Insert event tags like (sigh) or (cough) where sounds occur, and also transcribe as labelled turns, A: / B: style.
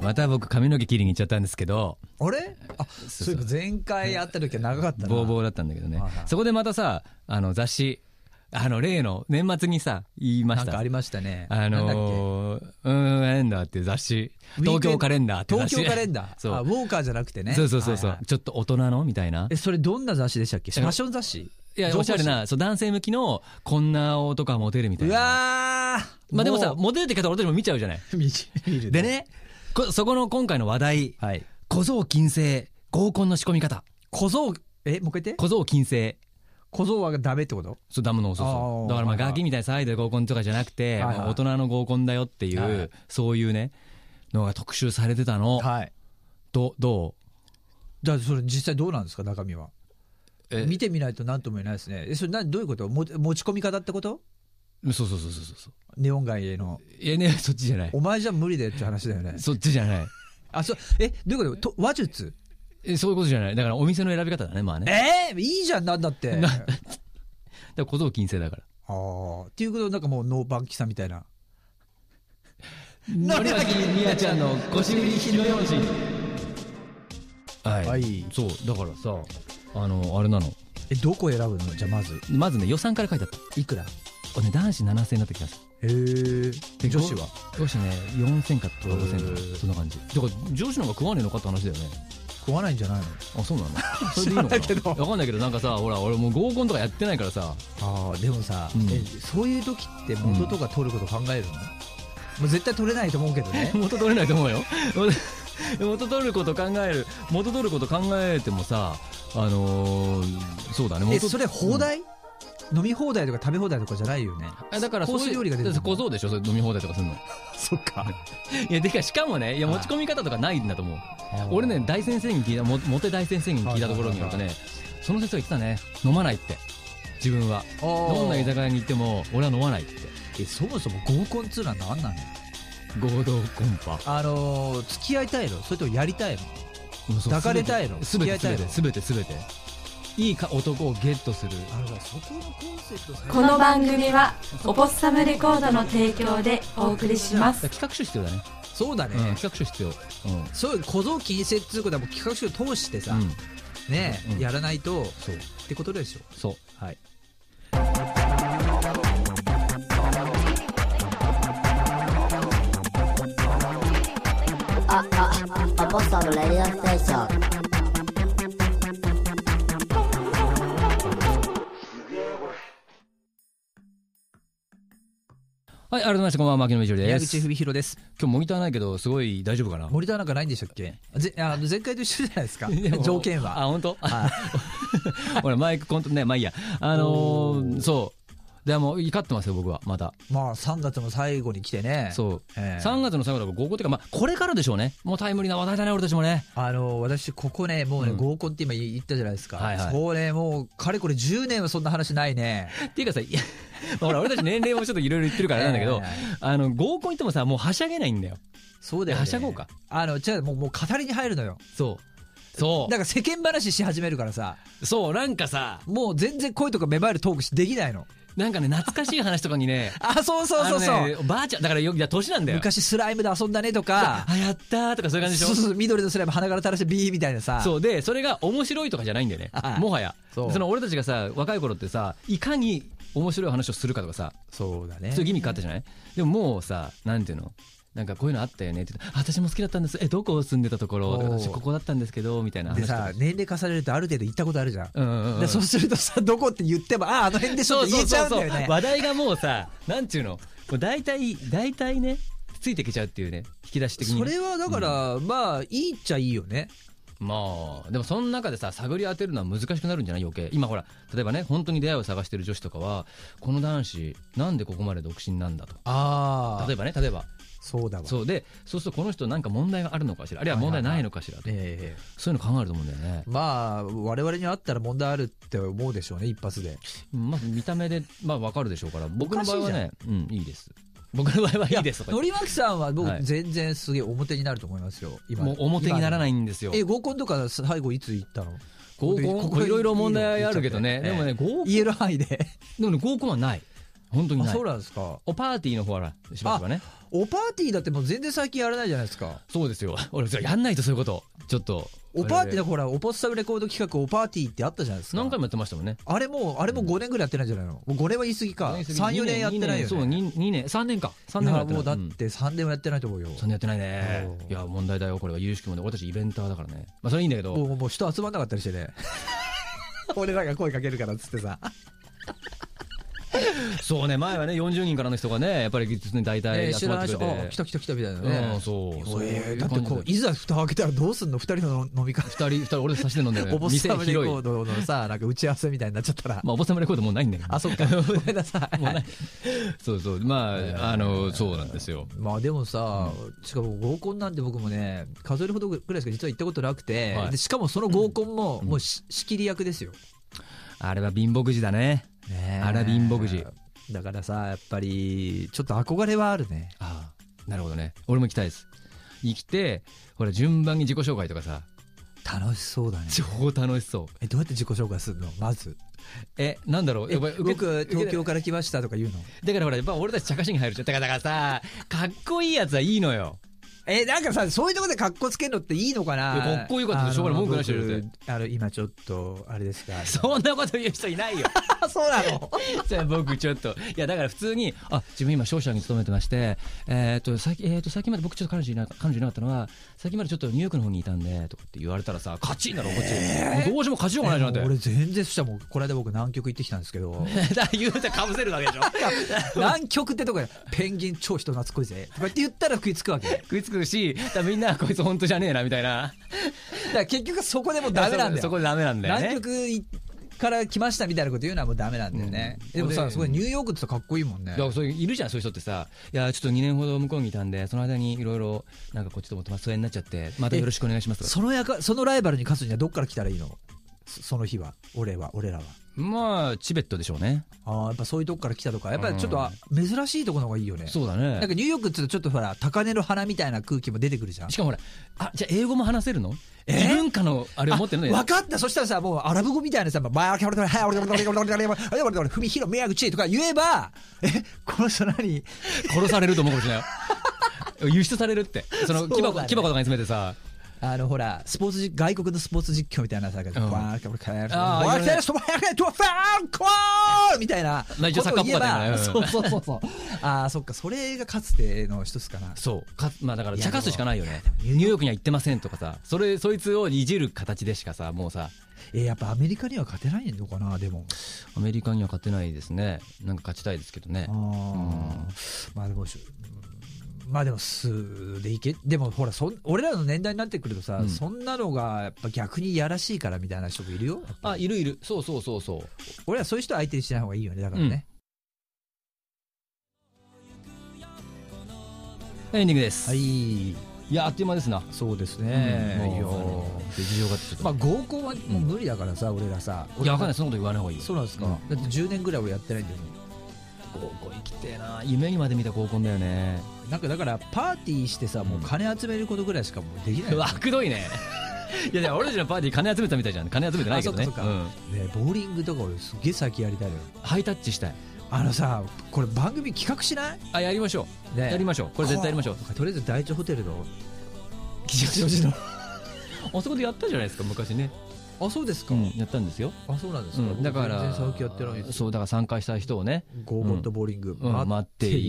A: また僕髪の毛切りに行っちゃったんですけど、
B: あれあ、そういえば前回会った時は長かったな。
A: ボーボーだったんだけどね
B: はいは。い
A: そこでまたさ、あの雑誌、あの例の年末にさ、言いま
B: な
A: し
B: んか
A: た
B: あ。りましたね。
A: あ
B: なんだっ
A: のー、うーん、カレンダーっていう雑誌。
B: け
A: 東京カレンダーって雑誌。
B: 東京カレンダー。
A: (laughs) そう
B: あウォーカーじゃなくてね。
A: そうそうそうそう、
B: はいはい
A: ちょっと大人のみたいな
B: え、。それどんな雑誌でしたっけファッション雑誌
A: いや、おしゃれ。な、そう、男性向きの、こんな男はモテるみたい
B: 情報誌う
A: な。
B: わー
A: まあでもさ、
B: う
A: モテるって方俺たちも見ちゃうじゃない。
B: 見見る
A: で。ね、こそこの今回の話題、
B: はい。
A: 小僧禁制、合コンの仕込み方。
B: 小僧、え、もう一回言って。
A: 小僧禁制。
B: 小僧はダメってこと
A: そう、ダムのそう
B: あ
A: そ
B: ー
A: う。だからまあ、
B: はいはい
A: ガキみたいな騒いでる合コンとかじゃなくて、
B: はいはい
A: まあ大人の合コンだよっていう、
B: はいはい
A: そういうね、のが特集されてたの。
B: はい。
A: ど、ど
B: だからそれ実際どうなんですか中身は。
A: うえ
B: 見てみないと何とも言えないですね。え、それ何どういうことも持ち込み方ってこと
A: そうそうそうそうそうそう。
B: ネオン街への。
A: いやね、そっちじゃない。
B: お前じゃ無理でって話だよね。
A: そっちじゃない。
B: あ、そう、え、どういうことと話術
A: えそういうことじゃない。だからお店の選び方だね、まあね。
B: えー、いいじゃん、なんだって。
A: な
B: あ
A: だから小僧禁制だから。
B: あ。っていうことなんかもうノーパンキさんみたいな。
A: 森脇美也ちゃんの腰振り広用心。はい、
B: はい
A: そう、だからさ、あの、あれなの。
B: え、どこ選ぶのじゃあまず。
A: まずね、予算から書いてあった。
B: いくら
A: これね、男子7000円だった気がす
B: へえ。
A: る。で
B: 女子は
A: ご女子ね、4000か
B: へ
A: 5000
B: ー
A: か。そんな感じ。だから、女子の方が食わねえのかって話だよね。
B: 食わないんじゃないの
A: あ、そうな
B: (laughs)
A: のそれでいいのか
B: 知らないけど
A: なわかんないけど、なんかさ、ほら、俺もう合コンとかやってないから
B: (laughs)
A: さ、
B: ああ、でもさ、
A: うん。
B: え、そういう時って元とか取ること考えるの、もう絶対取れないと思うけどね
A: 元取れないと思うよ (laughs) 元取ること考える元取ること考えてもさあのーそうだね
B: え、
A: 元
B: それ放題、飲み放題とか食べ放題とかじゃないよね。
A: えだからそう
B: コー
A: いう
B: ス料理が出てくる
A: だって小僧でしょそれ飲み放題とかするの
B: そっ (laughs) か。
A: いやでかしかもねいや持ち込み方とかないんだと思う俺ね大先生に聞いたモモテ大先生に聞いたところによるとねその先生が言ってたね飲まないって自分は
B: あー、
A: どんな居酒屋に行っても俺は飲まないって
B: えそもそも合コンっつうのは何なの
A: 合同コンパ
B: あのー、付き合いたいのそれともやりたいの抱かれたいの
A: すべて
B: 付き合いたいの
A: すべてすべていいか男をゲットする
B: あのさそこのコンセプトさ
C: この番組はオポッサムレコードの提供でお送りしま
A: だ
C: す
A: から企画書必要だね、
B: そうだね、
A: うん、企画書必要、うん
B: そういう小僧禁制っつうことはもう企画書を通してさ、
A: うん、
B: ね、
A: うん
B: やらないとっ
A: そう
B: てことでしょ
A: そう
B: はい
D: あ、あ、アポストのレディオステーション。
A: はい改めましてこんばんは牧野美樹で
B: 矢口
A: す今
B: 文博です
A: 日モニターないけどすごい大丈夫かな
B: モニターなんかないんでしたっけぜあの前回と一緒じゃないですか
A: (laughs) でも
B: 条件は
A: あ本当
B: は
A: (laughs)
B: い
A: ほらマイクコントねまあいいやあのー、そうでも怒ってますよ僕はまた
B: まあ3月の最後に来てね
A: そう、
B: ええ
A: 3月の最後だから合コンっていうかまあこれからでしょうねもうタイムリーな話題だね俺たちもね
B: あの私ここねもうね、
A: うん
B: 合コンって今言ったじゃないですか、
A: はいはい
B: そうねもうかれこれ10年はそんな話ない
A: (laughs)
B: ね
A: っていうかさいやほら俺たち年齢もちょっといろいろ言ってるからあれなんだけ
B: (laughs)
A: ど
B: はいはいはい
A: あの合コン行ってもさもうはしゃげないんだよ
B: そうだよ、ね、
A: はしゃごうか
B: あの違うもうもう語りに入るのよ
A: そうそ
B: だから世間話し始めるからさ
A: うそうなんかさ
B: もう全然声とか芽生えるトークしできないの、
A: なんかね、懐かしい話とかにね
B: (laughs) あそうそうそうそう、
A: あのねばあちゃん、だからよ、いや、年なんだよ。
B: 昔スライムで遊んだねとか
A: あ、やったーとかそういう感じでし
B: そ
A: ょ
B: うそう緑のスライム鼻から垂らしてビーみたいなさ
A: そうで、それが面白いとかじゃないんだよね
B: は。い
A: もはや。
B: そ
A: そうの俺たちがさ、若い頃ってさ、いかに面白い話をするかとかさ、
B: そうだね
A: そういうギミックあったじゃないでももうさ、なんていうのなんかこういうのあったよねって言ってあ私も好きだったんです。え、どこ住んでたところ
B: おー
A: とか私ここだったんですけど、みたいな話
B: で
A: とか
B: さ。年齢重ねるとある程度行ったことあるじゃん、
A: うんうんうん
B: でそうするとさどこって言ってもあああの辺でしょって言えちゃうんだよね
A: 話題がもうさ、なんていうのもう大体、大体ね、ついてきちゃうっていうね、引き出し的にね。
B: それはだから、まあいいっちゃいいよね
A: まあでもその中でさ探り当てるのは難しくなるんじゃない余計今ほら例えばね本当に出会いを探してる女子とかはこの男子なんでここまで独身なんだと
B: あ
A: 例えばね例えば
B: そうだわ
A: そうでそうするとこの人なんか問題があるのかしらあるいは問題ないのかしらと
B: ええ
A: そういうの考えると思うんだよね、
B: まあ我々にあったら問題あるって思うでしょうね一発で
A: まあ、見た目でまあわかるでしょうから僕
B: おか
A: の
B: しい
A: 場合はねうんいいです僕の場 (laughs) 合はいいですとか
B: のりまきさんは僕
A: はい
B: 全然すげえ表になると思いますよ今
A: もう表にならないいんですよ
B: え合コンとか最後いつ行ったの
A: 合コンいろいろ問題あるけどねでもね合コン
B: 言える範囲で
A: でもね合コンはない本当に
B: あ
A: (laughs) ない
B: そうなんですか
A: おパーティーの方はしばしばね
B: おパーティーだってもう全然最近やらないじゃないですか
A: そうですよ (laughs) 俺やんないとそういうことちょっと
B: おパー
A: 我
B: ティーだ
A: 々
B: ほらオポッサムレコード企画おパーティーってあったじゃないですか
A: 何回もやってましたもんね
B: あれもうあれも5年ぐらいやってないんじゃないの、もう5年は言い過ぎか34年やってないよ
A: そう
B: ね
A: 2, 年3年か3
B: い
A: 年
B: や
A: やってない
B: も
A: う
B: だっ
A: うん
B: て3年はやってないと思うよ、
A: そんなやってないね
B: おー
A: いや問題だよこれは有識もね俺たちイベンターだからねまあそれはいいんだけ
B: も
A: ど
B: うもう人集まんなかったりし
A: (laughs)
B: てね俺らが声かけるからっつってさ、
A: そうね前はね40人からの人がねやっぱりね大
B: え
A: 体
B: ー知
A: 集
B: ら
A: まっ
B: ない
A: て
B: 人
A: くれ
B: あ
A: て
B: 来た来た来たみたいなね、
A: うんそうそう
B: え
A: い
B: ー
A: う
B: だ
A: 感
B: っ
A: じ
B: てこう
A: で
B: いざ蓋開けたらどうすんの2人の飲
A: (laughs)
B: み会
A: 二人二人俺差しで飲んでる
B: (laughs) おぼっさ
A: 店
B: むレコ
A: 広い
B: ードのさなんか打ち合わせみたいになっちゃったら
A: まあおぼさむレコー (laughs) ドもうないんだけど
B: あそっかごめんなさい
A: もうないそうそうまああのそうなんですよ
B: まあでもさ、しかも合コンなんて僕もね数えるほどぐらいしか実は行ったことなくて、
A: はい
B: でしかもその合コンも、もうし仕切り役ですよ、
A: あれは貧乏くじだね
B: ねえ
A: あら貧乏くじ
B: だからさやっぱりちょっと憧れはあるね
A: ああなるほどね俺も行きたいです生きてほら順番に自己紹介とかさ
B: 楽しそうだね
A: 超楽しそう
B: えどうやって自己紹介するのまず
A: えなんだろう
B: え
A: やっぱり動く
B: 僕東京から来ましたとか言うの
A: だからほらやっぱ俺たち茶化しに入るじゃんだからだからさかっこいいやつはいいのよ
B: えなんかさそういうところで格好つけるのっていいのかない
A: やかっこいいからってしょうがない文句なしで言うて
B: 僕あの今ちょっとあれですか
A: (laughs) そんなこと言う人い
B: (laughs)
A: ないよ
B: あそうなの
A: じゃあ僕ちょっといやだから普通にあ自分今商社に勤めてましてえーっと最近えーっと最近まで僕ちょっと彼女いな彼女いなかったのは最近までちょっとニューヨークの方にいたんでとかって言われたらさ勝ちになろこっち、もうどうしても勝ちようがないじゃんだって
B: 俺全然そしたらもうこの間僕南極行ってきたんですけ
A: (laughs)
B: ど
A: だから言うてかぶせるだけでしょ
B: 南極ってとこでペンギン超人懐っこいぜとかって言ったら食いつくわけだ
A: (laughs)
B: か
A: 食いつくしだからみんなこいつ本当じゃねえなみたいな
B: ら結局そこでもうダメなんだ
A: (laughs)
B: よ
A: そこそこでダメなんだよね
B: 南極いから来ましたみたいなこと言うのはもうダメなんだよね、でもさ
A: 俺
B: すごいニューヨークってさかっこいいもんね
A: いやそういういるじゃんそういう人ってさいやちょっと2年ほど向こうにいたんでその間にいろいろなんかこっちともま疎遠になっちゃってまたよろしくお願いしますとか
B: その役そのライバルに勝つにはどっから来たらいいのそその日は俺は俺らは
A: まあチベットでしょうね
B: ああやっぱそういうとこから来たとかやっぱりちょっとあ珍しいとこの方がいいよね
A: そうだ
B: なんか
A: ね
B: ニューヨークってちょっとほら高嶺の花みたいな空気も出てくるじゃん
A: しかもほらあじゃあ英語も話せるの自分かのあれを持ってるの
B: 分かったそしたらさもうアラブ語みたいなさ「マーキャルトラハイオルドルドルドルドルドルドルドルフミヒロメアグチ」とか言えばえこの人何
A: 殺されると思うかもしれない
B: (laughs)
A: よ輸出されるってその
B: そうだ
A: 木
B: ね
A: 箱木箱とかに詰めてさ
B: あのほらスポーツじ外国のスポーツ実況みたいなさ「ワーキャルトラ
A: あー
B: ハイオルドルドルドルドルみたいな
A: まあ一応サッカーっぽかったよね
B: ことを言えばそうそうそうそうああそっかそれがかつての一つかな
A: そうかまあだから
B: いや
A: 茶化すしかないよね
B: でも
A: ニューヨークには行ってませんとかさそれそいつをいじる形でしかさもうさ
B: えーやっぱアメリカには勝てないのかなでも
A: アメリカには勝てないですねなんか勝ちたいですけどね
B: あーまあでもしうんまあでも数でいけでもほらそん俺らの年代になってくるとさ、
A: うん
B: そんなのがやっぱ逆にいやらしいからみたいな人もいるよ
A: あいるいるそうそうそうそう
B: 俺らそういう人相手にしない方がいいよねだからね、
A: エンディングです、、
B: はいい
A: やあっという間ですな
B: そうです
A: うん
B: ね、いや
A: もう事情があってちょっと、
B: まあ合コンはもう無理だからさ、俺らさ
A: いやわかんないいそのこと言わない方がいいよ
B: そうなんですか、
A: うん
B: だって10年ぐらい俺やってないんだよ
A: 合コン行きてえな夢にまで見た合コンだよね
B: なんかだからパーティーしてさもう金集めることぐらいしかもうできない、
A: うわくどいねいやいや俺たちのパーティー金集めたみたいじゃん金集めてないけどね
B: あそっかそっかねボーリングとか俺すげえ先やりたいのよ
A: うんハイタッチしたい
B: あのさこれ番組企画しない
A: あやりましょう、
B: ね
A: やりましょうこれ絶対やりましょう
B: とりあえず第一ホテルの
A: (laughs) 吉祥寺の (laughs) あそこでやったじゃないですか昔ね、
B: あそうです
A: うん、やったんですよ、
B: あそうなんです
A: う
B: か、
A: ん、だから
B: 全然最近やってないです
A: そうだから参加した人をね
B: 合コンとボーリング、
A: うん待ってい